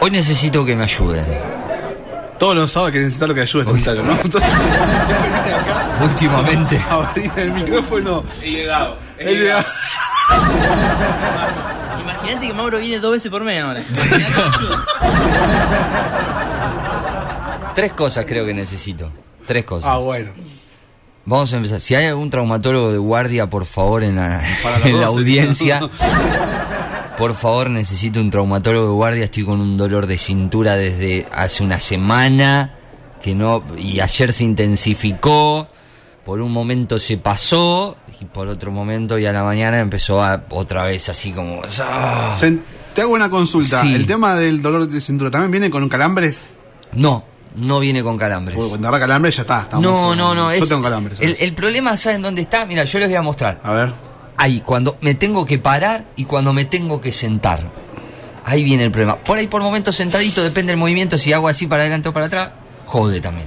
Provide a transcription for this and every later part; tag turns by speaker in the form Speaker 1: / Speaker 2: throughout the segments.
Speaker 1: Hoy necesito que me ayuden.
Speaker 2: Todos los sábados que necesitas lo que ayuda este muchacho, ¿no? Acá,
Speaker 1: Últimamente.
Speaker 2: abrir el micrófono.
Speaker 3: He llegado. He
Speaker 2: Él
Speaker 3: llegado.
Speaker 2: llega-
Speaker 4: Imagínate que Mauro viene dos veces por mes ahora.
Speaker 1: Tres cosas creo que necesito. Tres cosas.
Speaker 2: Ah, bueno.
Speaker 1: Vamos a empezar. Si hay algún traumatólogo de guardia, por favor, en la,
Speaker 2: Para las
Speaker 1: en la
Speaker 2: 12.
Speaker 1: audiencia, por favor, necesito un traumatólogo de guardia. Estoy con un dolor de cintura desde hace una semana que no y ayer se intensificó. Por un momento se pasó y por otro momento y a la mañana empezó a, otra vez así como ¡ah!
Speaker 2: Sen- Te hago una consulta.
Speaker 1: Sí.
Speaker 2: El tema del dolor de cintura también viene con calambres.
Speaker 1: no no viene con calambres.
Speaker 2: Porque cuando agarra calambres ya está. estamos-
Speaker 1: no no no
Speaker 2: Yo
Speaker 1: es-
Speaker 2: tengo calambres. ¿eh?
Speaker 1: el, el problema saben dónde está. Mira yo les voy a mostrar.
Speaker 2: A ver.
Speaker 1: Ahí, cuando me tengo que parar y cuando me tengo que sentar. Ahí viene el problema. Por ahí por momentos sentadito, depende del movimiento, si hago así para adelante o para atrás, jode también.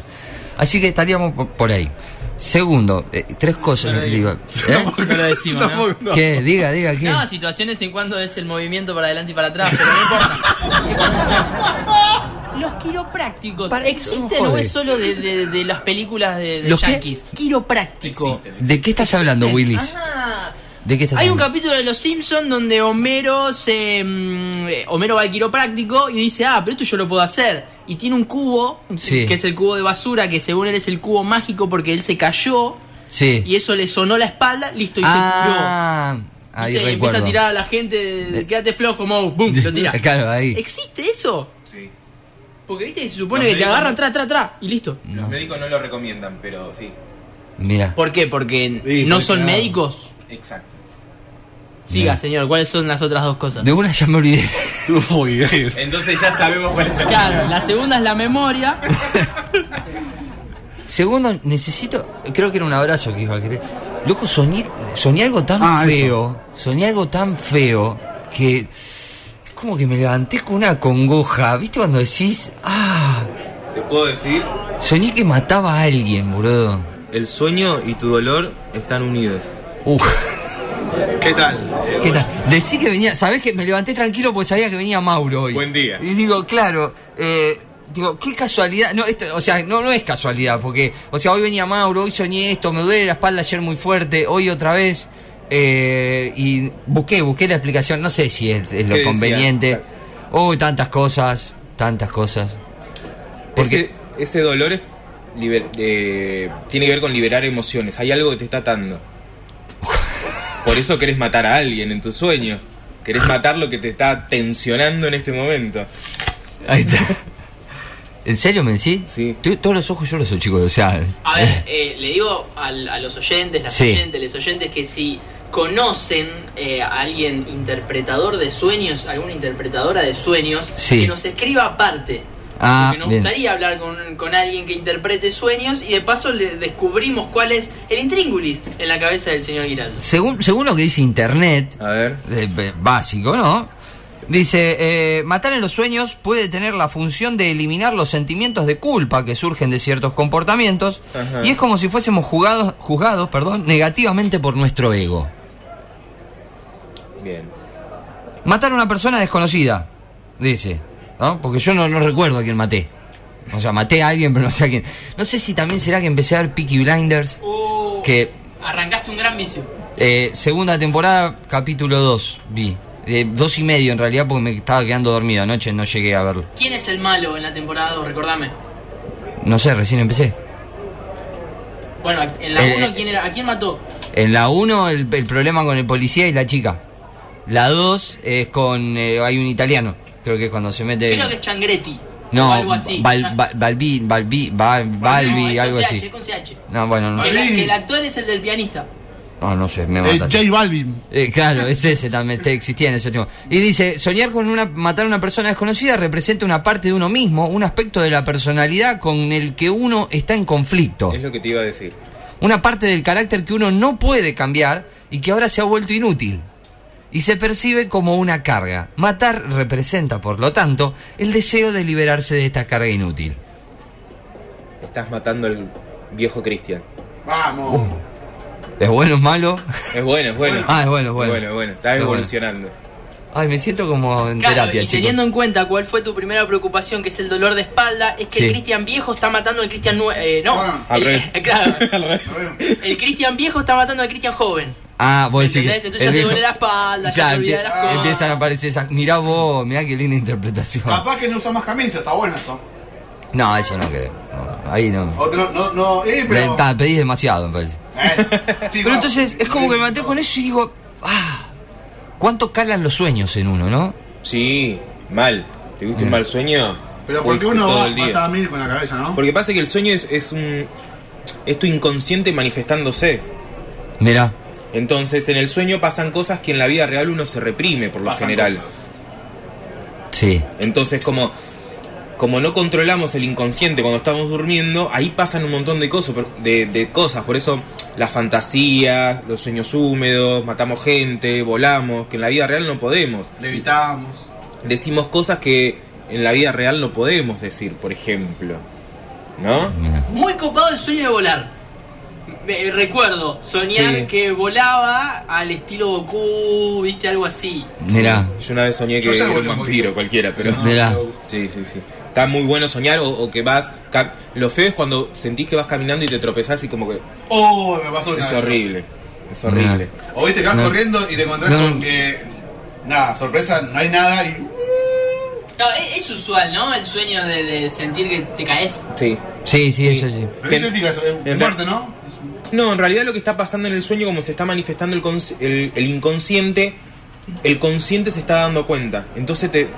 Speaker 1: Así que estaríamos po- por ahí. Segundo, eh, tres cosas.
Speaker 4: Pero
Speaker 1: le
Speaker 4: digo,
Speaker 1: iba- ¿Eh?
Speaker 4: No lo decimos, ¿no?
Speaker 2: Tampoco, no.
Speaker 1: ¿Qué? Diga, diga, ¿qué?
Speaker 4: No, situaciones en cuando es el movimiento para adelante y para atrás, pero no importa. Los quiroprácticos
Speaker 1: Para-
Speaker 4: existen
Speaker 1: Joder.
Speaker 4: o es solo de, de- de las películas de, de
Speaker 1: ¿Los qué?
Speaker 4: Yankees. Quiropráctico.
Speaker 1: ¿De qué estás hablando, Willis?
Speaker 4: Ah.
Speaker 1: ¿De qué estás
Speaker 4: Hay un
Speaker 1: hablando?
Speaker 4: capítulo de Los Simpsons donde Homero se mm, eh, Homero va al quiropráctico y dice, ah, pero esto yo lo puedo hacer. Y tiene un cubo,
Speaker 1: Sí.
Speaker 4: que es el cubo de basura, que según él es el cubo mágico porque él se cayó
Speaker 1: Sí.
Speaker 4: y eso le sonó la espalda, listo, y
Speaker 1: ah,
Speaker 4: se curó.
Speaker 1: ahí
Speaker 4: ¿Viste? Y empieza
Speaker 1: recuerdo.
Speaker 4: a tirar a la gente,
Speaker 1: De-
Speaker 4: quédate flojo, Mou, boom, lo tira.
Speaker 1: Claro, ahí.
Speaker 4: ¿Existe eso?
Speaker 3: Sí.
Speaker 4: Porque viste que se supone que
Speaker 3: Los
Speaker 4: te
Speaker 3: médicos-
Speaker 4: agarran, tra, tra, tra, y listo.
Speaker 3: Los médicos no lo recomiendan, pero sí.
Speaker 1: Mira.
Speaker 4: ¿Por qué? Porque
Speaker 2: Sí,
Speaker 4: no
Speaker 2: porque
Speaker 4: son
Speaker 2: claro.
Speaker 4: médicos.
Speaker 3: Exacto.
Speaker 4: Siga,
Speaker 1: Bien.
Speaker 4: señor, ¿cuáles son las otras dos cosas?
Speaker 1: De una ya me olvidé.
Speaker 2: Uy, eh.
Speaker 3: Entonces ya sabemos cuál es el
Speaker 4: Claro, la segunda es la memoria.
Speaker 1: Segundo, necesito. Creo que era un abrazo que iba a querer. Loco, soñé, soñé algo tan
Speaker 2: Ah,
Speaker 1: feo. Soñé algo tan feo que. Es como que me levanté con una congoja. ¿Viste cuando decís. Ah.
Speaker 3: Te puedo decir,
Speaker 1: Soñé que mataba a alguien, boludo.
Speaker 3: el sueño y tu dolor están unidos.
Speaker 1: Uf.
Speaker 2: ¿Qué tal?
Speaker 1: ¿Qué tal? Decí que venía. Sabés que me levanté tranquilo porque sabía que venía Mauro hoy.
Speaker 3: Buen día.
Speaker 1: Y digo, claro. eh, Digo, qué casualidad, no, esto, o sea, no, no es casualidad, porque, o sea, hoy venía Mauro, hoy soñé esto, me duele la espalda ayer muy fuerte, hoy otra vez, eh, y busqué, busqué la explicación, no sé si es, es lo
Speaker 3: ¿Qué decía?
Speaker 1: conveniente, uy, tantas cosas, tantas cosas. Porque,
Speaker 3: Porque ese, ese dolor es liber- eh, tiene que ver con liberar emociones. Hay algo que te está atando. Por eso querés matar a alguien en tu sueño. Querés matar lo que te está tensionando en este momento.
Speaker 1: ahí está. ¿En serio me decís?
Speaker 3: Sí.
Speaker 1: Tú- todos los ojos llorosos, chicos, o sea...
Speaker 4: A ver, eh, le digo al- a los oyentes, las
Speaker 1: Sí.
Speaker 4: oyentes, les oyentes que si conocen eh, a alguien interpretador de sueños, alguna interpretadora de sueños,
Speaker 1: Sí.
Speaker 4: que nos escriba aparte.
Speaker 1: Ah,
Speaker 4: porque nos
Speaker 1: bien.
Speaker 4: gustaría hablar con, con alguien que interprete sueños y de paso le descubrimos cuál es el intríngulis en la cabeza del señor Giraldo.
Speaker 1: Según, según lo que dice Internet,
Speaker 3: A ver.
Speaker 1: Eh, b- básico, ¿no? Dice, eh, matar en los sueños puede tener la función de eliminar los sentimientos de culpa que surgen de ciertos comportamientos
Speaker 3: Ajá.
Speaker 1: y es como si fuésemos jugados, juzgados perdón, negativamente por nuestro ego.
Speaker 3: Bien.
Speaker 1: Matar a una persona desconocida, dice, ¿no? Porque yo no, no recuerdo a quién maté. O sea, maté a alguien, pero no sé a quién. No sé si también será que empecé a ver Peaky Blinders, que
Speaker 4: Oh, Arrancaste un gran vicio.
Speaker 1: Eh, segunda temporada, capítulo 2, vi. Eh, dos y medio en realidad porque me estaba quedando dormido anoche, no llegué a verlo.
Speaker 4: ¿Quién es el malo en la temporada 2? Recordame.
Speaker 1: No sé, recién empecé.
Speaker 4: Bueno, en la
Speaker 1: Eh,
Speaker 4: 1,
Speaker 1: eh,
Speaker 4: ¿quién era? ¿a quién mató?
Speaker 1: En la 1 el, el problema con el policía y la chica. La 2 es con... eh, hay un italiano, creo que es cuando se mete...
Speaker 4: Creo que es Changretti.
Speaker 1: eh, no,
Speaker 4: o algo así.
Speaker 1: Bal-
Speaker 4: Chan-
Speaker 1: Bal- Balbi, Balbi, Bal-
Speaker 4: No, eh,
Speaker 1: Balbi,
Speaker 4: es con
Speaker 1: algo
Speaker 4: CH,
Speaker 1: así.
Speaker 4: es con CH.
Speaker 1: No, bueno, no
Speaker 4: Que,
Speaker 1: sé.
Speaker 4: la-
Speaker 2: Balbi.
Speaker 4: que el actor es el del pianista.
Speaker 1: No, no sé, me
Speaker 2: Eh,
Speaker 1: mataste.
Speaker 2: J Balvin.
Speaker 1: Eh, claro, es ese también, te- existía en ese tiempo. Y dice, soñar con una, matar a una persona desconocida representa una parte de uno mismo, un aspecto de la personalidad con el que uno está en conflicto.
Speaker 3: Es lo que te iba a decir.
Speaker 1: Una parte del carácter que uno no puede cambiar y que ahora se ha vuelto inútil. Y se percibe como una carga. Matar representa, por lo tanto, el deseo de liberarse de esta carga inútil.
Speaker 3: Estás matando al viejo Cristian.
Speaker 2: Vamos.
Speaker 1: Uh. ¿Es bueno, es malo?
Speaker 3: Es bueno, es bueno.
Speaker 1: Ah, es bueno, es bueno.
Speaker 3: Es bueno, es bueno. Está
Speaker 1: Es bueno.
Speaker 3: evolucionando.
Speaker 1: Ay, me siento como en
Speaker 4: Claro,
Speaker 1: terapia,
Speaker 4: y
Speaker 1: chicos.
Speaker 4: teniendo en cuenta cuál fue tu primera preocupación, que es el dolor de espalda, es que
Speaker 1: Sí.
Speaker 4: el Cristian viejo está matando al Cristian nue- eh, no,
Speaker 2: Ah,
Speaker 3: al
Speaker 4: el,
Speaker 3: revés.
Speaker 4: claro,
Speaker 3: Al revés.
Speaker 4: el Cristian viejo está matando al Cristian joven.
Speaker 1: Ah, vos decís que
Speaker 4: ¿Entendés? Entonces ya
Speaker 1: el
Speaker 4: te
Speaker 1: viejo-
Speaker 4: duele la espalda, ya
Speaker 1: Claro,
Speaker 4: te olvidás
Speaker 1: empie-
Speaker 4: de las cosas.
Speaker 1: Empiezan a aparecer esas. Mirá vos, mirá qué linda interpretación.
Speaker 5: Capaz que no usa más camisa, está bueno eso.
Speaker 1: No, eso no creo. No, ahí no.
Speaker 5: Otro, no, no, eh, pero.
Speaker 1: Está, pedís demasiado, me parece.
Speaker 5: Eh, sí,
Speaker 1: Pero
Speaker 5: no.
Speaker 1: entonces es como que me maté con eso y digo, ah, ¿cuánto calan los sueños en uno, no?
Speaker 3: Sí, mal. ¿Tuviste un mal sueño?
Speaker 5: Pero porque
Speaker 3: Fuiste
Speaker 5: uno
Speaker 3: todo
Speaker 5: va,
Speaker 3: el día.
Speaker 5: va a mil con la cabeza, ¿no?
Speaker 3: Porque pasa que el sueño es, es un. es tu inconsciente manifestándose.
Speaker 1: Mirá,
Speaker 3: Entonces, en el sueño pasan cosas que en la vida real uno se reprime por lo
Speaker 5: Pasan
Speaker 3: general.
Speaker 5: cosas.
Speaker 1: sí.
Speaker 3: Entonces, como. Como no controlamos el inconsciente cuando estamos durmiendo, ahí pasan un montón de cosas, por- de, de cosas. Por eso las fantasías, los sueños húmedos, matamos gente, volamos, que en la vida real no podemos.
Speaker 5: Levitamos.
Speaker 3: decimos cosas que en la vida real no podemos decir, por ejemplo. ¿No?
Speaker 1: mirá.
Speaker 4: Muy copado el sueño de volar. Me- eh, recuerdo soñar
Speaker 3: Sí.
Speaker 4: que volaba al estilo Goku, viste algo así.
Speaker 1: Mirá,
Speaker 3: Yo una vez soñé
Speaker 5: Yo
Speaker 3: que
Speaker 5: ya
Speaker 3: era un
Speaker 5: volé un
Speaker 3: vampiro
Speaker 5: poquito.
Speaker 3: cualquiera, pero.
Speaker 1: mirá.
Speaker 3: Sí, sí, sí. Está muy bueno soñar o, o que vas. ca- Lo feo es cuando sentís que vas caminando y te tropezás y como que.
Speaker 5: Oh, me pasó una
Speaker 3: Es
Speaker 5: vez.
Speaker 3: horrible. Es horrible.
Speaker 5: O viste que vas
Speaker 1: No.
Speaker 5: corriendo y te encontrás
Speaker 1: No.
Speaker 5: con que. Nada, sorpresa, no hay nada y.
Speaker 4: No, e-, es, es usual, ¿no? El sueño de, de sentir que te caes.
Speaker 3: Sí.
Speaker 1: Sí, sí, eso sí.
Speaker 5: Pero ¿qué significa eso? Es
Speaker 3: en-
Speaker 5: muerte, ¿no?
Speaker 3: No, en realidad lo que está pasando en el sueño, como se está manifestando el, cons- el- el inconsciente, el consciente se está dando cuenta. Entonces te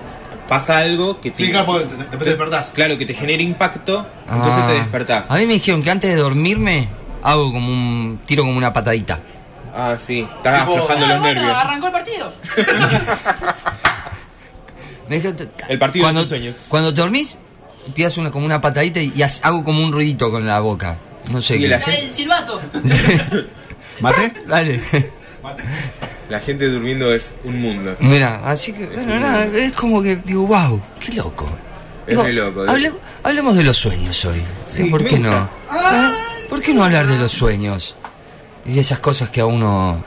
Speaker 3: pasa algo que te.
Speaker 5: Explica porque te- te- después te despertás.
Speaker 3: Claro, que te genera impacto, entonces
Speaker 1: Ah.
Speaker 3: te despertás.
Speaker 1: A mí me dijeron que antes de dormirme hago como un tiro como una patadita.
Speaker 3: Ah, sí, estás
Speaker 5: Tipo,
Speaker 3: aflojando
Speaker 4: Ah,
Speaker 3: los
Speaker 4: bueno,
Speaker 3: nervios.
Speaker 4: arrancó el partido.
Speaker 1: Me dijeron, te-
Speaker 3: El partido
Speaker 1: cuando,
Speaker 3: de tus sueños.
Speaker 1: Cuando te dormís, tiras una como una patadita y, y has- hago como un ruidito con la boca. No sé
Speaker 3: Sí,
Speaker 1: qué.
Speaker 3: la-
Speaker 4: El silbato.
Speaker 2: ¿Maté?
Speaker 1: Dale.
Speaker 3: La gente durmiendo es un mundo.
Speaker 1: Mira, así que bueno, nada, es como que digo, wow, qué loco.
Speaker 3: Es
Speaker 1: Digo,
Speaker 3: re loco, ¿eh?
Speaker 1: hable- hablemos de los sueños hoy.
Speaker 3: Sí,
Speaker 1: ¿Por
Speaker 3: me
Speaker 1: qué
Speaker 3: gusta.
Speaker 1: no? ¿Eh? ¿Por qué no hablar de los sueños? Y de esas cosas que a uno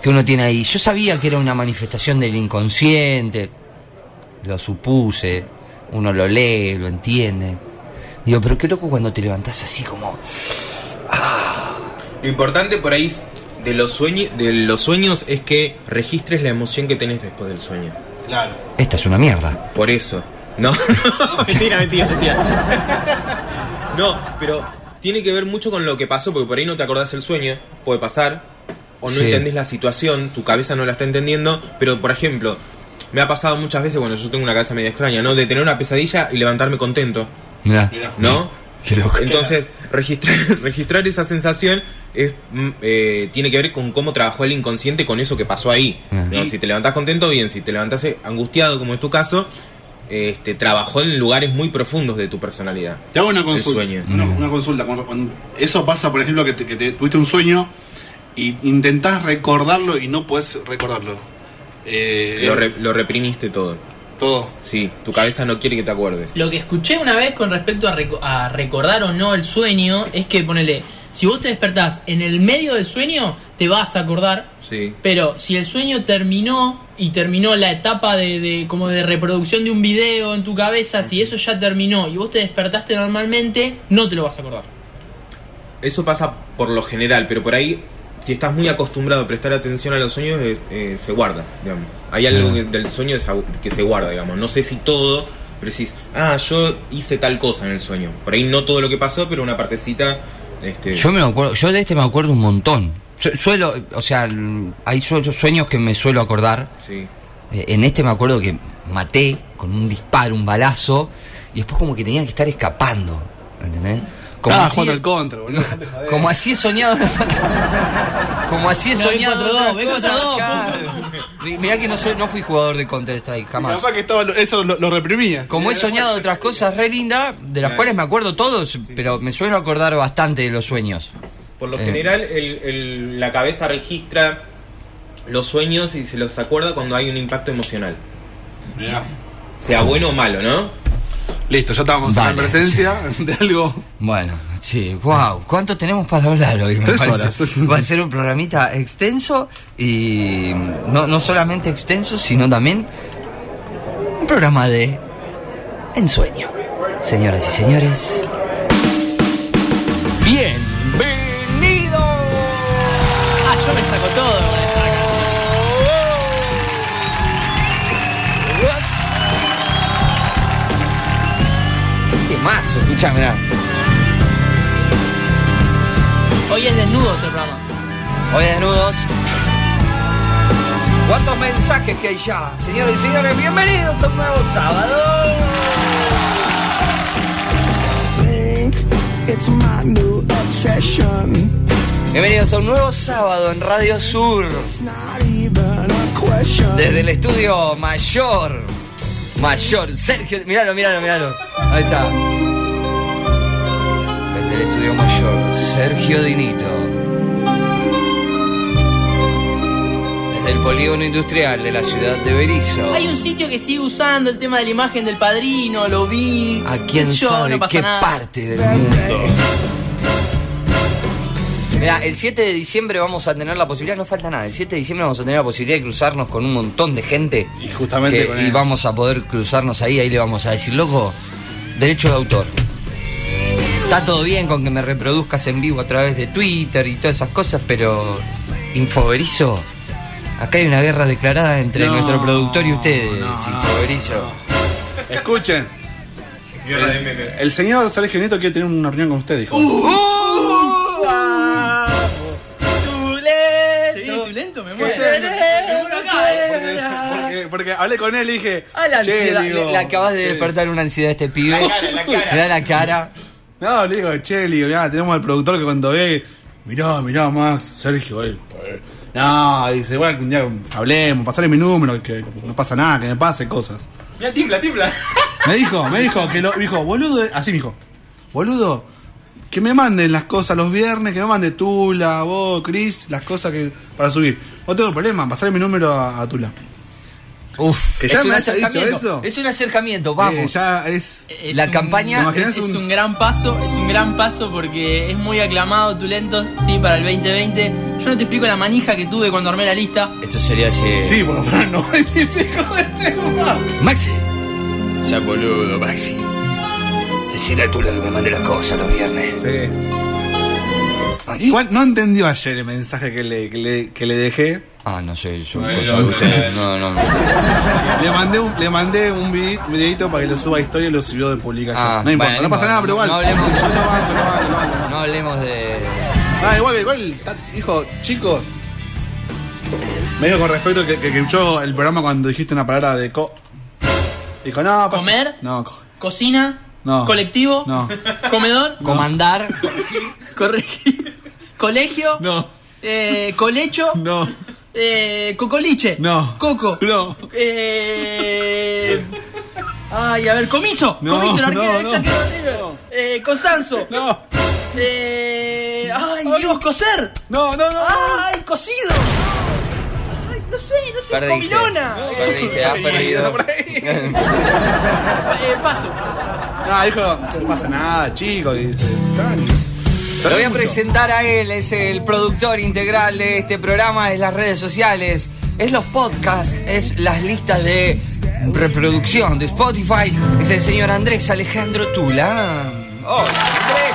Speaker 1: que uno tiene ahí. Yo sabía que era una manifestación del inconsciente. Lo supuse, uno lo lee, lo entiende. Digo, pero qué loco cuando te levantás así como
Speaker 3: Lo importante por ahí de los, sueñi- de los sueños es que registres la emoción que tenés después del sueño.
Speaker 5: Claro.
Speaker 1: esta es una mierda.
Speaker 3: Por eso. No, mentira, mentira, mentira. No, pero tiene que ver mucho con lo que pasó, porque por ahí no te acordás el sueño, puede pasar, o no
Speaker 1: Sí.
Speaker 3: entendés la situación, tu cabeza no la está entendiendo, pero por ejemplo, me ha pasado muchas veces, bueno, yo tengo una cabeza media extraña, ¿no? De tener una pesadilla y levantarme contento,
Speaker 1: Mirá,
Speaker 5: Mirá.
Speaker 3: ¿no?
Speaker 1: qué loco.
Speaker 3: Entonces, registrar, registrar esa sensación es, mm, eh, tiene que ver con cómo trabajó el inconsciente con eso que pasó ahí.
Speaker 1: Ajá.
Speaker 3: ¿no? Si te levantás contento, bien. Si te levantás eh, angustiado, como es tu caso, este, trabajó en lugares muy profundos de tu personalidad.
Speaker 5: Te hago una consulta.
Speaker 3: sueño.
Speaker 5: Una, una consulta. Cuando, cuando eso pasa, por ejemplo, que, te- que te- tuviste un sueño y intentás recordarlo y no puedes recordarlo. Eh,
Speaker 3: Lo, re- lo reprimiste todo.
Speaker 5: todo.
Speaker 3: Sí, tu cabeza no quiere que te acuerdes.
Speaker 4: Lo que escuché una vez con respecto a, reco- a recordar o no el sueño es que ponele, si vos te despertás en el medio del sueño, te vas a acordar,
Speaker 3: Sí.
Speaker 4: pero si el sueño terminó y terminó la etapa de, de- como de reproducción de un video en tu cabeza, si eso ya terminó y vos te despertaste normalmente, no te lo vas a acordar.
Speaker 3: Eso pasa por lo general, pero por ahí, si estás muy acostumbrado a prestar atención a los sueños, eh, eh, se guarda, digamos. Hay algo
Speaker 1: Ajá.
Speaker 3: que- del sueño es au- que se guarda, digamos. No sé si todo, pero decís, ah, yo hice tal cosa en el sueño. Por ahí no todo lo que pasó, pero una partecita. Este,
Speaker 1: Yo me lo acuerdo, yo de este me acuerdo un montón. Su- Suelo, o sea, l- hay su- sueños que me suelo acordar.
Speaker 3: Sí.
Speaker 1: Eh, En este me acuerdo que maté con un disparo, un balazo, y después como que tenía que estar escapando, ¿entendés? Como,
Speaker 5: Ah,
Speaker 2: Estaba
Speaker 1: así,
Speaker 2: jugando al contra, boludo.
Speaker 1: como así he soñado. como así he
Speaker 4: No,
Speaker 1: soñado.
Speaker 4: vengo
Speaker 1: otras
Speaker 4: otro dos, vengo otro
Speaker 1: cosas,
Speaker 4: dos,
Speaker 1: claro. Mi- Mirá que no, soy, no fui jugador de Counter Strike, jamás.
Speaker 2: Capaz que estaba, eso lo, lo reprimía.
Speaker 1: Como he soñado otras cosas re lindas, de las
Speaker 3: Claro.
Speaker 1: cuales me acuerdo todos, pero me suelo acordar bastante de los sueños.
Speaker 3: Por lo
Speaker 1: Eh.
Speaker 3: general, el- el- la cabeza registra los sueños y se los acuerda cuando hay un impacto emocional.
Speaker 5: Mirá.
Speaker 3: Sea bueno o malo, ¿no?
Speaker 5: Listo, ya estábamos en
Speaker 1: Vale.
Speaker 5: la presencia de algo.
Speaker 1: Bueno, sí, wow. ¿Cuánto tenemos para hablar hoy? Me
Speaker 5: Tres
Speaker 1: parece.
Speaker 5: horas.
Speaker 1: Va a ser un programita extenso y no, no solamente extenso, sino también un programa de ensueño. Señoras y señores. Bienvenidos.
Speaker 4: Ah, yo me saco todo. con esta canción.
Speaker 1: Qué mazo, escuchame. mirá.
Speaker 4: Hoy es desnudo ese programa.
Speaker 1: Hoy desnudos. ¿Cuántos mensajes que hay ya? Señores y señores, bienvenidos a un nuevo sábado.
Speaker 6: think it's my new obsession.
Speaker 1: Bienvenidos a un nuevo sábado en Radio Sur,
Speaker 6: It's not even a question.
Speaker 1: desde el estudio mayor. Mayor, Sergio, míralo, míralo, míralo. Ahí está. Desde el estudio mayor, Sergio Dinito. Desde el polígono industrial de la ciudad de Berizo.
Speaker 4: Hay un sitio que sigue usando el tema de la imagen del padrino, lo vi.
Speaker 1: A quién
Speaker 4: qué sé yo,
Speaker 1: sabe
Speaker 4: no pasa
Speaker 1: qué
Speaker 4: nada.
Speaker 1: parte del mundo. Mira, el 7 de diciembre vamos a tener la posibilidad, no falta nada, el 7 de diciembre vamos a tener la posibilidad de cruzarnos con un montón de gente.
Speaker 2: Y justamente
Speaker 1: que-
Speaker 2: con
Speaker 1: y
Speaker 2: el-
Speaker 1: vamos a poder cruzarnos ahí, ahí le vamos a decir, loco, derecho de autor. Está todo bien con que me reproduzcas en vivo a través de Twitter y todas esas cosas, pero Infoberizo, acá hay una guerra declarada entre
Speaker 2: No,
Speaker 1: nuestro productor y ustedes,
Speaker 2: no, no,
Speaker 1: Infoberizo.
Speaker 2: Escuchen. El, el señor Sergio Nieto quiere tener una reunión con usted, dijo.
Speaker 4: Se viene lento, me muero.
Speaker 2: sé?
Speaker 4: Me muero acá, eh.
Speaker 2: Porque, porque- porque hablé con él y dije.
Speaker 1: Ah, la
Speaker 2: "Che",
Speaker 1: ansiedad.
Speaker 2: digo,
Speaker 1: le, le acabas de
Speaker 2: "che".
Speaker 1: despertar una ansiedad a este pibe.
Speaker 3: La cara, la cara.
Speaker 1: Le da la cara.
Speaker 2: No, le digo, che, le digo, mirá, tenemos al productor que cuando ve, mirá, mirá, Max, Sergio, él, eh, no, dice, bueno, que un día hablemos, pasarle mi número, que no pasa nada, que me pase cosas.
Speaker 3: Mira, timbla, timbla.
Speaker 2: Me dijo, me dijo, que lo, me dijo, boludo, así me dijo, boludo, que me manden las cosas los viernes, que me mande Tula, vos, Chris, las cosas que para subir. No tengo problema, pasarle mi número a, a Tula.
Speaker 1: Uf,
Speaker 2: Que ya me haya dicho eso.
Speaker 1: Es un acercamiento, vamos.
Speaker 2: Eh, ya es.
Speaker 4: Es
Speaker 1: La
Speaker 4: un-
Speaker 1: campaña-
Speaker 4: es, es un gran paso, es un gran paso porque es muy aclamado Tulentos, sí, para el 2020. Yo no te explico la manija que tuve cuando armé la lista.
Speaker 1: Esto sería ese.
Speaker 2: Sí, bueno, pero no, es ese tema.
Speaker 1: Maxi. Ya boludo, Maxi. Decirle a Tula que me mande las cosas los viernes.
Speaker 2: Sí.
Speaker 1: Maxi.
Speaker 2: Igual no entendió ayer el mensaje que le, que le, que le dejé.
Speaker 1: Ah, no sé, yo
Speaker 3: Bueno,
Speaker 1: cosa de ustedes.
Speaker 3: eh.
Speaker 1: No, no, no.
Speaker 2: Le mandé un, le mandé un vide- videito para que lo suba a historia y lo subió de publicación.
Speaker 1: Ah,
Speaker 2: no importa,
Speaker 1: bueno,
Speaker 2: no pasa nada, pero igual.
Speaker 1: no hablemos.
Speaker 2: Yo lo banco, lo banco, lo banco.
Speaker 1: No hablemos de.
Speaker 2: Ah, igual, igual, ta- dijo, chicos. Me dijo con respeto que, que, que yo el programa cuando dijiste una palabra de co. Dijo, no, pasa-
Speaker 4: ¿Comer?
Speaker 2: No, co-
Speaker 4: Cocina,
Speaker 2: No.
Speaker 4: colectivo,
Speaker 2: No.
Speaker 4: comedor,
Speaker 1: Comandar.
Speaker 4: corregir, colegio,
Speaker 2: no,
Speaker 4: eh, colecho,
Speaker 2: no,
Speaker 4: eh, cocoliche,
Speaker 2: No.
Speaker 4: coco,
Speaker 2: no.
Speaker 4: eh, ay, a ver, comiso,
Speaker 2: No,
Speaker 4: comiso, el arquero,
Speaker 2: no,
Speaker 4: ex
Speaker 2: no.
Speaker 4: arquero de River, eh, Costanzo,
Speaker 2: No,
Speaker 4: eh, ay, Diego Coser.
Speaker 2: no, no, no.
Speaker 4: ¡Ay, cocido! ¡Ay, no sé, no sé!
Speaker 1: Perdiste.
Speaker 4: ¡Comilona! Eh,
Speaker 1: Perdiste, has perdido.
Speaker 4: eh, paso.
Speaker 2: No, dijo, no pasa nada, chicos. y dice, tranqui.
Speaker 1: Lo voy a presentar a él, es el productor integral de este programa, es las redes sociales, es los podcasts, es las listas de reproducción de Spotify, es el señor Andrés Alejandro Tula. Hola Andrés.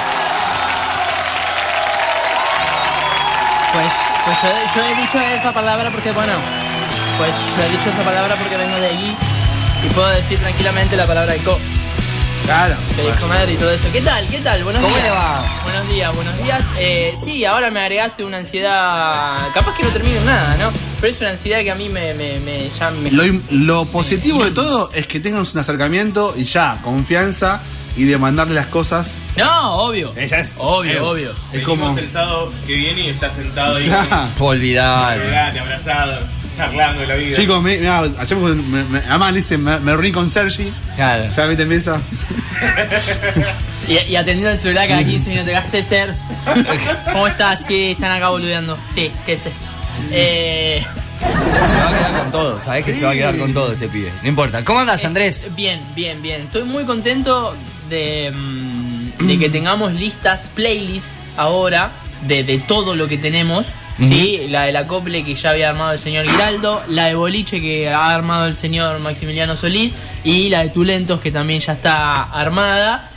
Speaker 4: Pues, pues yo, yo he dicho esa palabra porque, bueno, pues yo he dicho esa palabra porque vengo de allí y puedo decir tranquilamente la palabra de co,
Speaker 2: Claro.
Speaker 4: que dijo madre y todo eso. ¿Qué tal? ¿Qué tal? Buenos
Speaker 1: ¿Cómo
Speaker 4: días.
Speaker 1: le va?
Speaker 4: Buenos días, buenos días. Eh, sí, ahora me agregaste una ansiedad. Capaz que no termine en nada, ¿no? Pero es una ansiedad que a mí me, me, me, ya me-
Speaker 2: Lo, im- lo positivo de todo es que tengan un acercamiento y ya, confianza y demandarle las cosas.
Speaker 4: No, obvio.
Speaker 2: Ella es.
Speaker 4: Obvio,
Speaker 2: eh,
Speaker 4: obvio.
Speaker 2: Es como.
Speaker 3: el sábado que viene y está sentado ahí.
Speaker 2: Ah.
Speaker 1: Olvidar.
Speaker 3: Pegate, abrazado, charlando de la vida.
Speaker 2: Chicos, me, mirá, ayer me, me- me- además le hice, me, me reuní con Sergi.
Speaker 1: Claro.
Speaker 2: Ya viste en mesa.
Speaker 4: Y, y atendiendo el celular cada 15 minutos, ¿qué haces, César? ¿Cómo estás? Sí, están acá boludeando. Sí, qué sé. Eh,
Speaker 1: Se va a quedar con todo, sabés que se va a quedar con todo este pibe. No importa. ¿Cómo andas, Andrés?
Speaker 4: Eh, Bien, bien, bien. Estoy muy contento de, mm, de que tengamos listas, playlists ahora de, de todo lo que tenemos. ¿sí? La de la Cople que ya había armado el señor Giraldo, la de Boliche que ha armado el señor Maximiliano Solís y la de Tulentos que también ya está armada.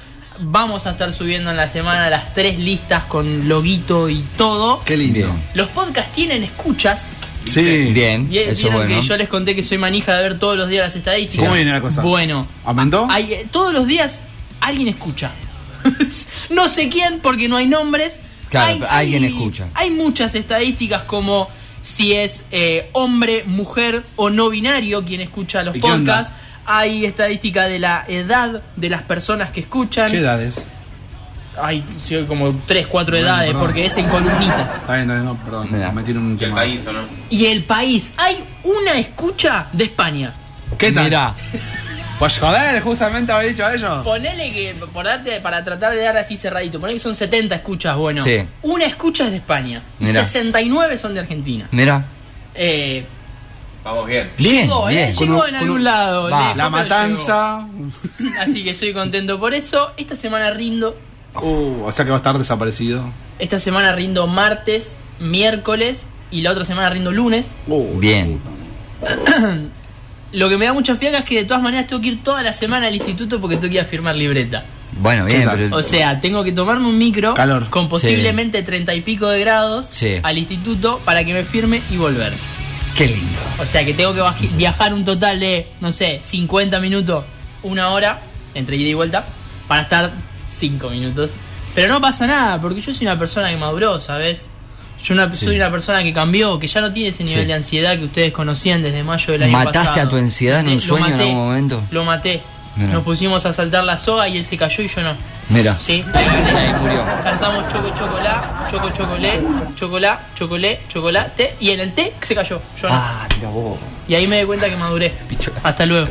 Speaker 4: Vamos a estar subiendo en la semana las tres listas con loguito y todo.
Speaker 2: Qué lindo.
Speaker 1: Bien.
Speaker 4: Los podcasts tienen escuchas.
Speaker 2: Sí.
Speaker 1: Bien,
Speaker 4: Y-
Speaker 1: eso
Speaker 4: vieron
Speaker 1: bueno.
Speaker 4: que yo les conté que soy manija de ver todos los días las estadísticas.
Speaker 2: ¿Cómo viene la cosa?
Speaker 4: Bueno,
Speaker 2: ¿Aumentó?
Speaker 1: Ah,
Speaker 4: hay- eh, todos los días alguien escucha. no sé quién porque no hay nombres.
Speaker 1: Claro, pero alguien escucha.
Speaker 4: Hay muchas estadísticas como si es eh, hombre, mujer o no binario quien escucha los
Speaker 2: ¿Y qué onda?
Speaker 4: podcasts. Hay estadística de la edad de las personas que escuchan.
Speaker 1: ah,
Speaker 2: ¿Qué edades?
Speaker 4: Hay sí, como 3, 4 edades
Speaker 2: perdón.
Speaker 4: porque es en columnitas.
Speaker 2: Está bien, está bien, no, perdón.
Speaker 1: Mira.
Speaker 2: Me tiro un
Speaker 3: ¿Y el
Speaker 2: tema.
Speaker 3: país o no?
Speaker 4: Y el país, hay una escucha de España.
Speaker 2: ¿Qué tal?
Speaker 1: Mirá.
Speaker 2: Pues joder, justamente habéis dicho ellos.
Speaker 4: Ponele que, por darte, para tratar de dar así cerradito, ponele que son 70 escuchas, bueno.
Speaker 1: Sí.
Speaker 4: Una escucha es de España. y
Speaker 1: Mirá.
Speaker 4: 69 son de Argentina.
Speaker 1: Mirá.
Speaker 4: Eh,
Speaker 3: Vamos bien.
Speaker 1: Bien,
Speaker 4: llegó, eh,
Speaker 1: bien.
Speaker 4: llegó
Speaker 2: Con un-
Speaker 4: en
Speaker 2: con
Speaker 4: algún
Speaker 2: un-
Speaker 4: lado.
Speaker 1: Va.
Speaker 4: lejos,
Speaker 2: La
Speaker 4: pero
Speaker 2: matanza.
Speaker 4: llegó. Así que estoy contento por eso. Esta semana rindo.
Speaker 2: Uh, o sea que va a estar desaparecido.
Speaker 4: Esta semana rindo martes, miércoles y la otra semana rindo lunes.
Speaker 2: Uh,
Speaker 1: Bien.
Speaker 4: Lo que me da mucha fiaca es que de todas maneras tengo que ir toda la semana al instituto porque tengo que ir a firmar libreta.
Speaker 1: Bueno, bien,
Speaker 2: ¿Qué tal?
Speaker 1: pero.
Speaker 4: O sea, tengo que tomarme un micro
Speaker 2: Calor.
Speaker 4: con posiblemente treinta y pico de grados
Speaker 1: Sí.
Speaker 4: al instituto para que me firme y volver.
Speaker 1: Qué lindo.
Speaker 4: O sea que tengo que baji- viajar un total de, no sé, 50 minutos, una hora, entre ida y vuelta, para estar 5 minutos. Pero no pasa nada, porque yo soy una persona que maduró, ¿sabes? Yo una- soy una persona que cambió, que ya no tiene ese nivel
Speaker 1: Sí.
Speaker 4: de ansiedad que ustedes conocían desde mayo del año
Speaker 1: ¿Mataste
Speaker 4: pasado.
Speaker 1: a tu ansiedad en un
Speaker 4: Lo
Speaker 1: sueño en
Speaker 4: maté,
Speaker 1: algún momento?
Speaker 4: Lo maté.
Speaker 1: Mirá.
Speaker 4: Nos pusimos a saltar la soga y él se cayó y yo no.
Speaker 1: Mira.
Speaker 4: Sí.
Speaker 1: Ahí murió.
Speaker 4: Cantamos choco chocolá, choco chocolé, chocolá, chocolé, chocolate y en el té se cayó. Yo no.
Speaker 1: Ah, mira vos.
Speaker 4: Y ahí me di cuenta que maduré. Hasta luego.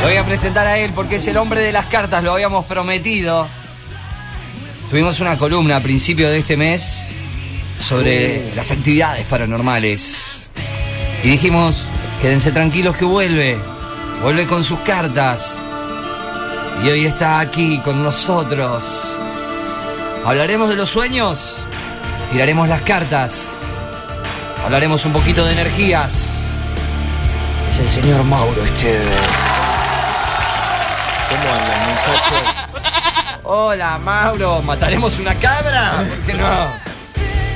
Speaker 1: Lo voy a presentar a él porque es el hombre de las cartas, lo habíamos prometido. Tuvimos una columna a principio de este mes sobre las actividades paranormales. Y dijimos, quédense tranquilos que vuelve. Vuelve con sus cartas. Y hoy está aquí con nosotros. Hablaremos de los sueños. Tiraremos las cartas. Hablaremos un poquito de energías. Es el señor Mauro Esteves.
Speaker 3: ¿Cómo andan, muchachos?
Speaker 1: Hola Mauro, ¿mataremos una cabra? ¿Por qué no?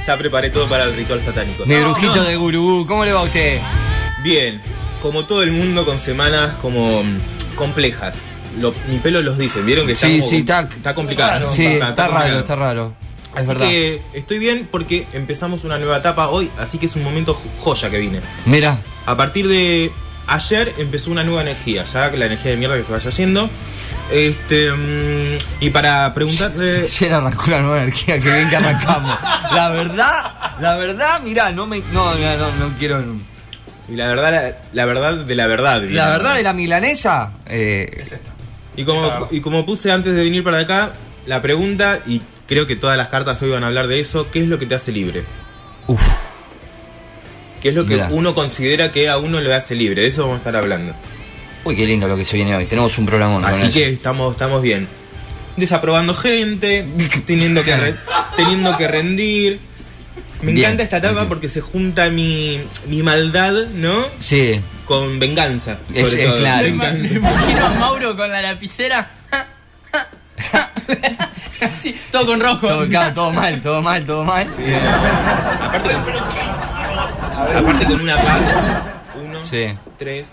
Speaker 3: Ya preparé todo para el ritual satánico.
Speaker 1: Mi brujito de gurú, ¿cómo le va a usted?
Speaker 3: Bien, como todo el mundo con semanas como mm, complejas. Lo- mi pelo los dice, vieron que
Speaker 1: Sí,
Speaker 3: como-
Speaker 1: sí, está-
Speaker 3: está complicado.
Speaker 1: sí, está, raro,
Speaker 3: complicado.
Speaker 1: está raro. Es
Speaker 3: Así
Speaker 1: verdad.
Speaker 3: que estoy bien porque empezamos una nueva etapa hoy, así que es un momento joya que vine.
Speaker 1: Mira,
Speaker 3: A partir de ayer empezó una nueva energía, ya que la energía de mierda que se vaya yendo. Este mm, y para preguntarle
Speaker 1: ayer arrancó una nueva energía, que bien que arrancamos. La verdad, la verdad, mirá, no me. No, no, no, no quiero.
Speaker 3: y la verdad la, la verdad de la verdad. viene.
Speaker 1: La verdad de la milanesa. eh,
Speaker 3: Y como, y como puse antes de venir para acá, la pregunta, y creo que todas las cartas hoy van a hablar de eso, ¿qué es lo que te hace libre?
Speaker 1: uf,
Speaker 3: ¿Qué es lo que
Speaker 1: Mirá.
Speaker 3: uno considera que a uno le hace libre? De eso vamos a estar hablando.
Speaker 1: uy, qué lindo lo que se viene hoy. Tenemos un programón. con
Speaker 3: Así
Speaker 1: eso.
Speaker 3: que estamos, estamos bien. Desaprobando gente, teniendo que, re- teniendo que rendir. Me
Speaker 1: Bien.
Speaker 3: encanta esta etapa
Speaker 1: Ujú.
Speaker 3: porque se junta mi, mi maldad, ¿no?
Speaker 1: Sí,
Speaker 3: Con venganza.
Speaker 1: Es-
Speaker 3: sobre
Speaker 1: es
Speaker 3: todo.
Speaker 1: claro.
Speaker 4: Me
Speaker 3: Venganza.
Speaker 4: imagino a Mauro con la lapicera. Sí, todo con rojo.
Speaker 1: todo, claro, todo mal, todo mal, todo mal.
Speaker 3: Aparte, aparte con una paz. Uno,
Speaker 1: Sí.
Speaker 3: tres,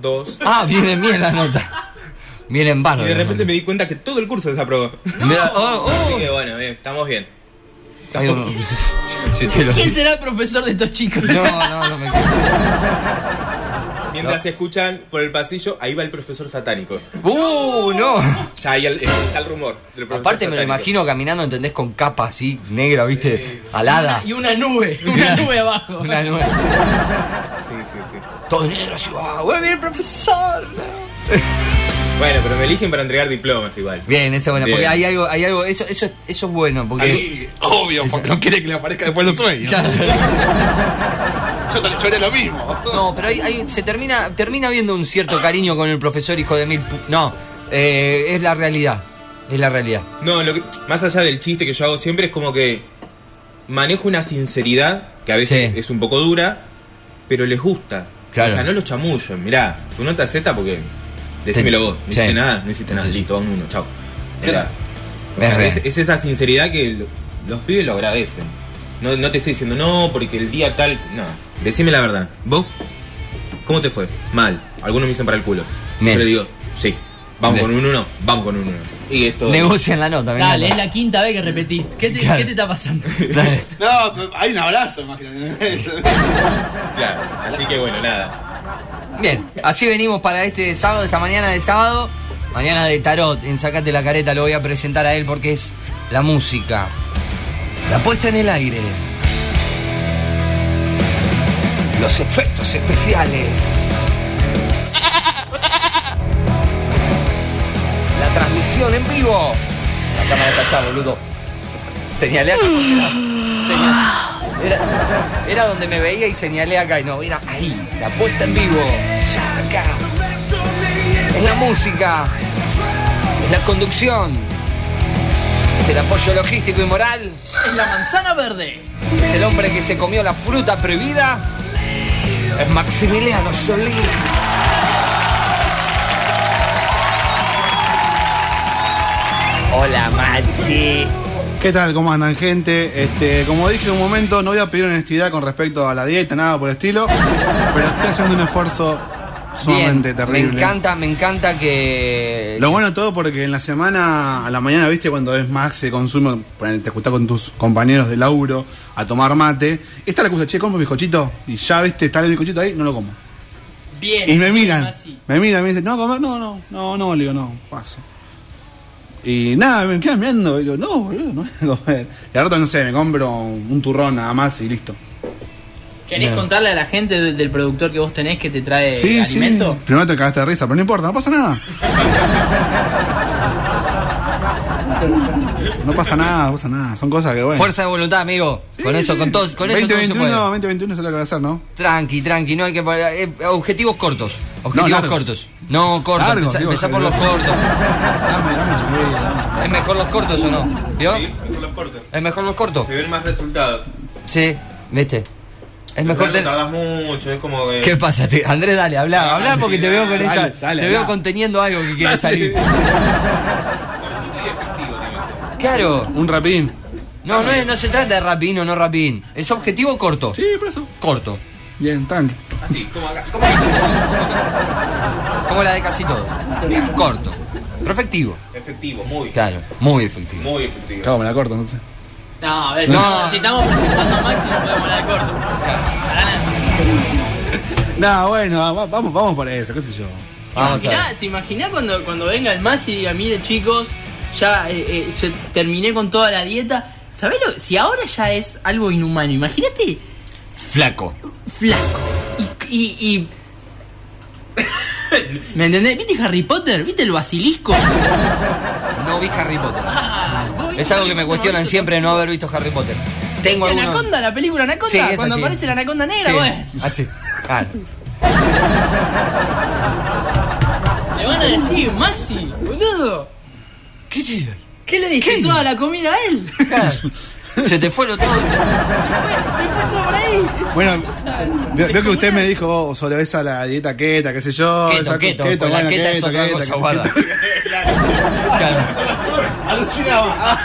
Speaker 3: dos.
Speaker 1: Ah, vienen bien las notas. Vienen
Speaker 3: Y
Speaker 1: bárbaras.
Speaker 3: de repente
Speaker 1: las
Speaker 3: me di cuenta que todo el curso desaprobó.
Speaker 1: notas. Mirá, oh, oh.
Speaker 3: Así que bueno, bien, estamos bien.
Speaker 1: Ay, no, no. Si usted lo
Speaker 4: ¿Quién
Speaker 1: dice.
Speaker 4: será el profesor de estos chicos?
Speaker 1: No, no, no me quiero.
Speaker 3: Mientras se escuchan por el pasillo, ahí va el profesor satánico.
Speaker 1: ¡Uh, no!
Speaker 3: Ya ahí el- está el rumor del profesor
Speaker 1: Aparte me lo
Speaker 3: satánico.
Speaker 1: imagino caminando, ¿entendés? Con capa así, negra, ¿viste? Alada.
Speaker 4: Y una nube, una nube abajo.
Speaker 1: Una nube.
Speaker 3: Sí, sí, sí.
Speaker 1: Todo negro así. ¡Ah, vuelve el profesor!
Speaker 3: Bueno, pero me eligen para entregar diplomas igual.
Speaker 1: Bien, eso es bueno, porque
Speaker 3: Bien.
Speaker 1: hay algo, hay algo, eso, eso, es- eso es bueno, porque
Speaker 5: Ahí, obvio, porque no quiere que le aparezca después los sueños.
Speaker 1: Claro.
Speaker 5: Yo, te- yo haré lo mismo.
Speaker 1: No, pero ahí, ahí se termina, termina viendo un cierto cariño con el profesor hijo de mil. pu- No, eh, es la realidad, es la realidad.
Speaker 3: No, lo que- más allá del chiste que yo hago siempre es como que manejo una sinceridad que a veces
Speaker 1: Sí.
Speaker 3: es un poco dura, pero les gusta.
Speaker 1: Claro.
Speaker 3: O sea, no los chamullo. Mirá, tu nota Z porque. Decímelo vos. No
Speaker 1: Sí.
Speaker 3: hiciste nada, no hiciste nada.
Speaker 1: Sí, sí.
Speaker 3: Listo, vamos uno, chao. Mirá. O
Speaker 1: Es
Speaker 3: sea,
Speaker 1: real.
Speaker 3: es, es esa sinceridad que lo- los pibes lo agradecen. No, no te estoy diciendo no, porque el día tal. No, decime la verdad. ¿Vos? ¿Cómo te fue? Mal. Algunos me dicen para el culo.
Speaker 1: Bien.
Speaker 3: Yo le digo, sí. Vamos
Speaker 1: Bien.
Speaker 3: con un uno, vamos con un uno. Y esto.
Speaker 1: Negocian la nota, me
Speaker 4: Dale, es
Speaker 1: encanta.
Speaker 4: la quinta vez que repetís. ¿Qué te,
Speaker 1: Claro.
Speaker 4: qué te está pasando?
Speaker 1: Dale.
Speaker 5: No, pero hay un abrazo, imagínate.
Speaker 3: Claro, así que bueno, nada.
Speaker 1: Bien, así venimos para este sábado, esta mañana de sábado, mañana de tarot. En Sacate la careta lo voy a presentar a él porque es la música. La puesta en el aire. Los efectos especiales. La transmisión en vivo. La cámara está allá, boludo. Señalé acá. porque Era, señal- era- era donde me veía y señalé acá y no, era ahí, la puesta en vivo. Ya acá. Es la música. Es la conducción. Es el apoyo logístico y moral.
Speaker 4: Es la manzana verde.
Speaker 1: Es el hombre que se comió la fruta prohibida. Es Maximiliano Solís. Hola, Maxi.
Speaker 2: ¿Qué tal? ¿Cómo andan, gente? Este, como dije en un momento, no voy a pedir honestidad con respecto a la dieta, nada por el estilo, pero estoy haciendo un esfuerzo sumamente
Speaker 1: Bien,
Speaker 2: terrible.
Speaker 1: Me encanta, me encanta que.
Speaker 2: Lo bueno de todo porque en la semana, a la mañana, viste, cuando es Max, se consume, ponele, te juntás con tus compañeros de laburo a tomar mate. Esta la acusa, che, como bizcochito. Y ya, viste, está el bizcochito ahí, no lo como.
Speaker 4: Bien.
Speaker 2: Y me miran,
Speaker 4: Así.
Speaker 2: me miran, me dicen, no, comer, no, no, no, no, le digo, no, paso. Y nada, me quedan mirando, y digo, no, boludo, no voy a comer. Y al rato, no sé, me compro un un turrón nada más y listo.
Speaker 4: ¿Querés
Speaker 1: Bien.
Speaker 4: contarle a la gente del, del productor que vos tenés que te trae
Speaker 2: sí,
Speaker 4: alimento?
Speaker 2: sí. Primero te cagaste de risa, pero no importa, no pasa nada. no pasa nada, no pasa nada. Son cosas que, bueno.
Speaker 1: Fuerza de voluntad, amigo. con eso, con todo, con eso todo se
Speaker 2: 2021,
Speaker 1: puede.
Speaker 2: 2021 es lo que va a hacer, ¿no?
Speaker 1: Tranqui, tranqui, no hay que eh, objetivos cortos. Objetivos
Speaker 2: largos.
Speaker 1: cortos. No, cortos,
Speaker 2: Largos,
Speaker 1: empezá,
Speaker 2: digo,
Speaker 1: empezá por los
Speaker 2: joder.
Speaker 1: cortos.
Speaker 2: Dame, dame chocolate, dame chocolate.
Speaker 1: ¿Es mejor los cortos o no? ¿Vio?
Speaker 3: Sí, mejor los cortes.
Speaker 1: ¿Es mejor los cortos?
Speaker 3: Se ven más resultados.
Speaker 1: Sí, viste. Es mejor
Speaker 3: te
Speaker 1: tener-
Speaker 3: tardas mucho, es como eh, que.
Speaker 1: ¿Qué pasa? Te- Andrés, dale, habla, habla
Speaker 3: Dale,
Speaker 1: porque te veo con
Speaker 2: dale,
Speaker 1: esa.
Speaker 2: dale,
Speaker 1: te
Speaker 2: habla.
Speaker 1: veo conteniendo algo que quiere
Speaker 3: Dale.
Speaker 1: salir.
Speaker 3: Cortito y efectivo tiene que ser.
Speaker 1: Claro.
Speaker 2: Un rapín.
Speaker 1: No, no, es- no se trata de rapín o no rapín. Es objetivo corto.
Speaker 2: Sí, por eso.
Speaker 1: Corto.
Speaker 2: Bien, tranqui.
Speaker 3: Así, como acá. Como acá.
Speaker 1: Como la de casi todo. Corto. Pero efectivo.
Speaker 3: Efectivo, muy.
Speaker 1: Claro, muy efectivo.
Speaker 3: Muy efectivo.
Speaker 2: Claro, me la corto, entonces.
Speaker 4: No, a ver,
Speaker 1: No.
Speaker 4: Si, si estamos presentando a Maxi no podemos hablar de corto. Pará,
Speaker 2: No, bueno, va- vamos, vamos por eso, qué sé yo.
Speaker 1: Vamos
Speaker 4: ¿Te
Speaker 1: a ver.
Speaker 4: imaginás, te imaginás cuando, cuando venga el Maxi y diga, mire chicos, ya eh, eh, yo terminé con toda la dieta? ¿Sabés lo? Si ahora ya es algo inhumano, imagínate
Speaker 1: Flaco.
Speaker 4: flaco y... y- y- ¿Me entendés? ¿Viste Harry Potter? ¿Viste el basilisco?
Speaker 1: No vi Harry Potter.
Speaker 4: Ah, vos viste
Speaker 1: Es algo que
Speaker 4: Harry
Speaker 1: me
Speaker 4: Potter,
Speaker 1: cuestionan
Speaker 4: ¿no?
Speaker 1: siempre no haber visto Harry Potter. Tengo
Speaker 4: ¿Viste
Speaker 1: algunos.
Speaker 4: Anaconda, la película Anaconda?
Speaker 1: Sí, es
Speaker 4: cuando
Speaker 1: así.
Speaker 4: aparece la Anaconda negra,
Speaker 1: Sí,
Speaker 4: bueno.
Speaker 1: Así. Ah,
Speaker 4: Le van a decir, Maxi, boludo,
Speaker 1: ¿Qué chido?
Speaker 4: ¿qué le diste toda la comida a él?
Speaker 1: Se te fueron todos.
Speaker 4: Se fue todo por ahí.
Speaker 2: Bueno, veo, veo que usted me dijo "Oh, sobre esa la dieta queta, qué sé yo.
Speaker 1: Keto,
Speaker 2: esa-
Speaker 1: keto, pues la queta es otra cosa,
Speaker 2: qué sé-
Speaker 1: guarda. Claro.
Speaker 5: Alucinaba.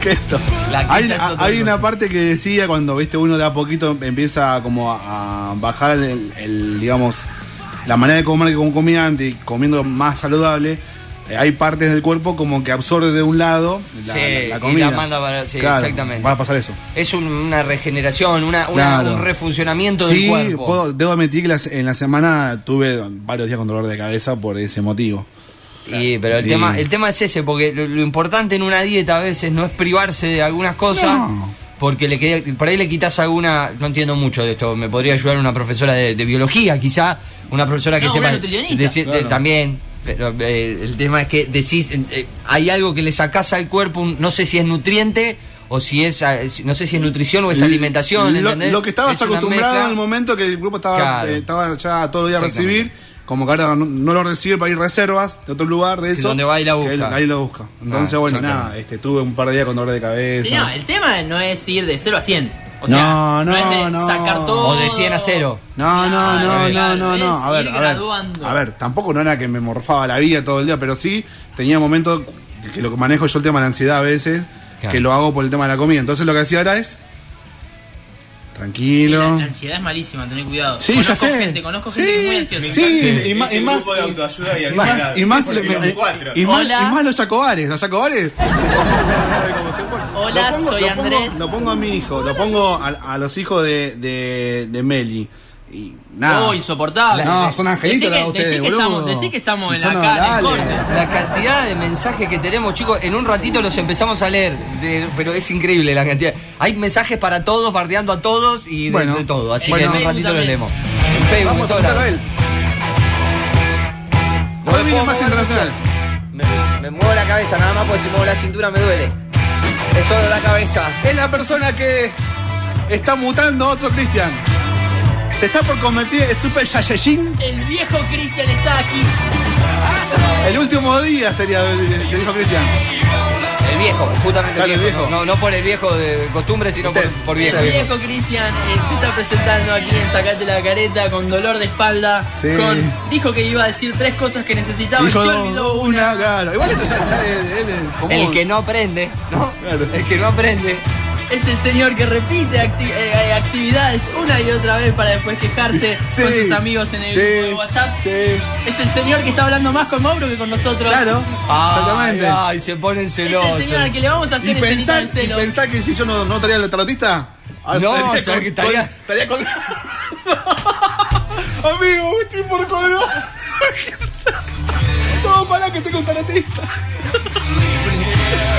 Speaker 2: Keto.
Speaker 1: La queta
Speaker 2: Hay,
Speaker 1: es otra
Speaker 2: hay una
Speaker 1: cosa.
Speaker 2: parte que decía cuando viste uno de a poquito empieza como a, a bajar el, el, digamos la manera de comer que comía antes y comiendo más saludable. eh, hay partes del cuerpo como que absorbe de un lado la,
Speaker 1: Sí,
Speaker 2: la- la
Speaker 1: y la
Speaker 2: comida.
Speaker 1: manda para- sí, exactamente.
Speaker 2: Va a pasar eso.
Speaker 1: Es un- una regeneración, una, una-
Speaker 2: Claro.
Speaker 1: un refuncionamiento del
Speaker 2: Sí,
Speaker 1: cuerpo.
Speaker 2: puedo- debo admitir que las- en la semana tuve varios días con dolor de cabeza por ese motivo.
Speaker 1: Y, pero el,
Speaker 2: Y-
Speaker 1: Tema, el tema es ese, porque lo, lo importante en una dieta a veces no es privarse de algunas cosas.
Speaker 2: No.
Speaker 1: Porque le quería- por ahí le quitas alguna. No entiendo mucho de esto. Me podría ayudar una profesora de, de biología, quizá. Una profesora que
Speaker 4: No,
Speaker 1: sepa.
Speaker 4: una nutricionista.
Speaker 1: de- de-
Speaker 2: Claro.
Speaker 1: también. Pero eh, el tema es que decís, eh, hay algo que le sacás al cuerpo, un- no sé si es nutriente o si es, eh, si- no sé si es nutrición o es Pues alimentación,
Speaker 2: Lo,
Speaker 1: ¿entendés?
Speaker 2: lo que estabas
Speaker 1: Es una
Speaker 2: acostumbrado
Speaker 1: mezcla.
Speaker 2: en el momento que el grupo estaba,
Speaker 1: Claro.
Speaker 2: eh, estaba ya todos los días a
Speaker 1: Exactamente.
Speaker 2: recibir, como que ahora no, no lo recibe para ir reservas de otro lugar, de eso.
Speaker 1: donde va y la
Speaker 2: que
Speaker 1: busca.
Speaker 2: Ahí, lo- ahí lo busca. Entonces,
Speaker 1: Ah,
Speaker 2: bueno,
Speaker 1: exactamente.
Speaker 2: nada, este, tuve un par de días con dolor de cabeza.
Speaker 4: Sí, no, el tema no es ir de 0 a 100. O sea,
Speaker 2: No, no,
Speaker 4: es de
Speaker 2: no.
Speaker 4: sacar todo.
Speaker 1: O de 100 a 0.
Speaker 2: No, no, no, no,
Speaker 4: Claro,
Speaker 2: no, no.
Speaker 4: es
Speaker 2: A ver,
Speaker 4: ir
Speaker 2: a ver.
Speaker 4: graduando.
Speaker 2: A ver, tampoco no era que me morfaba la vida todo el día, pero sí tenía momentos que lo que manejo yo el tema de la ansiedad a veces,
Speaker 1: Claro.
Speaker 2: que lo hago por el tema de la comida. Entonces lo que hacía ahora es
Speaker 4: La,
Speaker 2: tranquilo.
Speaker 4: la ansiedad es malísima, tened cuidado.
Speaker 2: Sí,
Speaker 4: conozco
Speaker 2: ya sé.
Speaker 4: gente, conozco
Speaker 2: Sí,
Speaker 4: gente que es muy ansiosa.
Speaker 2: sí,
Speaker 5: Este
Speaker 2: y ma- y más-
Speaker 5: grupo de autoayuda y
Speaker 2: Y
Speaker 5: ansiedad.
Speaker 2: más, y más,
Speaker 5: Porque
Speaker 2: me-
Speaker 5: los cuatro.
Speaker 2: y más,
Speaker 4: Hola.
Speaker 2: y más los yacobares, los yacobares.
Speaker 4: Hola,
Speaker 2: Lo pongo-
Speaker 4: soy
Speaker 2: lo pongo-
Speaker 4: Andrés.
Speaker 2: lo pongo a mi hijo, lo pongo a, a los hijos de, de, de Meli. Y nada.
Speaker 4: Oh, insoportable.
Speaker 2: Ah. No, son angelitos
Speaker 4: Decí que-
Speaker 2: los de ustedes,
Speaker 4: decí que
Speaker 2: boludo.
Speaker 4: estamos- decí que estamos en
Speaker 2: Son
Speaker 4: la cara, en
Speaker 2: orales.
Speaker 4: corte.
Speaker 1: La cantidad de mensajes que tenemos, chicos, en un ratito los empezamos a leer, de- pero es increíble la cantidad. Hay mensajes para todos, bardeando a todos y de,
Speaker 2: Bueno,
Speaker 1: de todo, así
Speaker 2: bueno.
Speaker 1: que en un ratito los
Speaker 4: También.
Speaker 1: leemos. En Facebook, en
Speaker 2: Vamos a
Speaker 1: todos lados.
Speaker 2: escucharlo a él.
Speaker 1: No
Speaker 2: Hoy
Speaker 1: me
Speaker 2: viene
Speaker 1: puedo
Speaker 2: más
Speaker 1: mover
Speaker 2: internacional.
Speaker 1: mucho. Me, me muevo la cabeza nada más porque si muevo la cintura me duele. Es solo la cabeza.
Speaker 2: Es la persona que está mutando a otro Cristian. Se está por convertir en Super Saiyajin.
Speaker 4: El viejo Cristian está aquí.
Speaker 2: El último día sería el el que dijo Cristian.
Speaker 1: El viejo, justamente
Speaker 2: Claro,
Speaker 1: el
Speaker 2: el
Speaker 1: viejo.
Speaker 2: viejo.
Speaker 1: No, no por el viejo de costumbre, sino por,
Speaker 2: Usted.
Speaker 1: por
Speaker 4: El
Speaker 1: viejo.
Speaker 4: viejo Cristian eh, se está presentando aquí en Sacate la careta con dolor de espalda.
Speaker 2: Sí.
Speaker 4: Con, dijo que iba a decir tres cosas que necesitaba
Speaker 2: Dijo
Speaker 4: y se olvidó una.
Speaker 2: una cara. Igual eso ya está él, él es común.
Speaker 1: El que no aprende, ¿no?
Speaker 2: Claro.
Speaker 1: El que no aprende.
Speaker 4: Es el señor que repite acti- eh, eh, actividades una y otra vez para después quejarse
Speaker 2: Sí.
Speaker 4: con sus amigos en el
Speaker 2: Sí.
Speaker 4: grupo de WhatsApp.
Speaker 2: Sí.
Speaker 4: Es el señor que está hablando más con Mauro que con nosotros.
Speaker 2: Claro. Exactamente.
Speaker 1: Ay, ay, se ponen
Speaker 4: Es el
Speaker 1: celosos.
Speaker 4: señor al que le vamos a
Speaker 2: Y
Speaker 4: hacer escenita
Speaker 2: pensar,
Speaker 4: del
Speaker 2: y
Speaker 4: celo.
Speaker 2: pensar que si yo no, no traía el tarotista. ahora
Speaker 1: No, sabés que estaría-
Speaker 2: con- estaría con- Amigo, me estoy por colgar. no, pará que tengo un tarotista.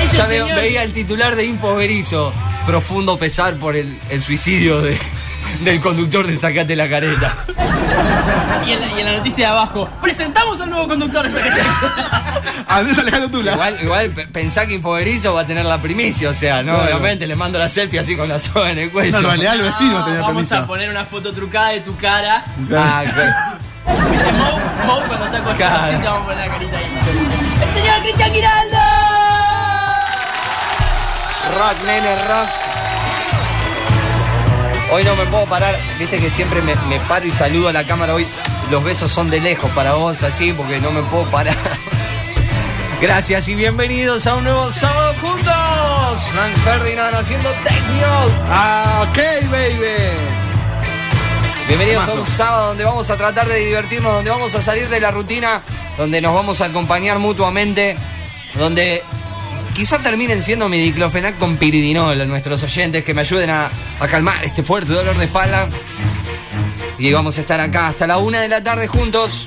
Speaker 4: Es el
Speaker 1: Ya veo-
Speaker 4: señor-
Speaker 1: veía el titular de Info Berizo. Profundo pesar por el, el suicidio de- del conductor de Sacate la careta.
Speaker 4: y, en la, y en la noticia de abajo, presentamos al nuevo conductor de Sacate la Careta.
Speaker 1: Ah,
Speaker 2: Andrés Alejandro Tula.
Speaker 1: Igual, igual pe- pensá que Infoberizo va a tener la primicia, o sea, ¿no? Obviamente le mando la selfie así con la soga en el
Speaker 2: No,
Speaker 1: cuello.
Speaker 2: en realidad el vecino
Speaker 4: Ah,
Speaker 2: tenía
Speaker 4: Vamos a
Speaker 2: permiso.
Speaker 4: poner una foto trucada de tu cara.
Speaker 1: Ah,
Speaker 4: Viste, Mou, Mou cuando está con
Speaker 1: Claro.
Speaker 4: la vamos a poner la carita ahí. ¡El señor Cristian Giraldo!
Speaker 1: que- rock, nene, rock. Hoy no me puedo parar, viste que siempre me, me paro y saludo a la cámara. Hoy los besos son de lejos para vos, así, porque no me puedo parar. Gracias y bienvenidos a un nuevo sábado juntos. Frank Ferdinand haciendo Techniot.
Speaker 2: Ah, ok, baby.
Speaker 1: Bienvenidos a un sábado donde vamos a tratar de divertirnos, donde vamos a salir de la rutina, donde nos vamos a acompañar mutuamente, donde quizá terminen siendo midiclofenac con piridinol a nuestros oyentes que me ayuden a, a calmar este fuerte dolor de espalda. Y vamos a estar acá hasta la una de la tarde juntos.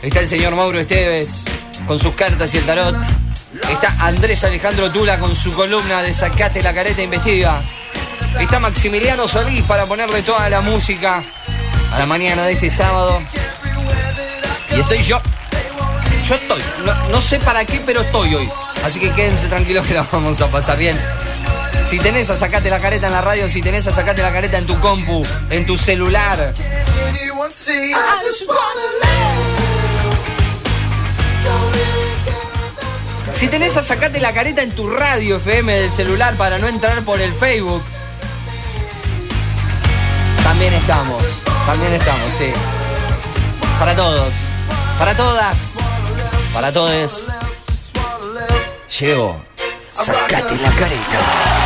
Speaker 1: Está el señor Mauro Esteves con sus cartas y el tarot. Está Andrés Alejandro Tula con su columna de Sacate la careta e investiga. Está Maximiliano Solís para ponerle toda la música a la mañana de este sábado. Y estoy yo. Yo estoy. No, no sé para qué, pero estoy hoy. Así que quédense tranquilos que la vamos a pasar bien. Si tenés a sacate la careta en la radio, si tenés a sacate la careta en tu compu, en tu celular, Si tenés a sacate la careta en tu radio FM del celular para no entrar por el Facebook. También estamos, también estamos, sí. Para todos, para todas, para todos. Llegó. Sacate la careta.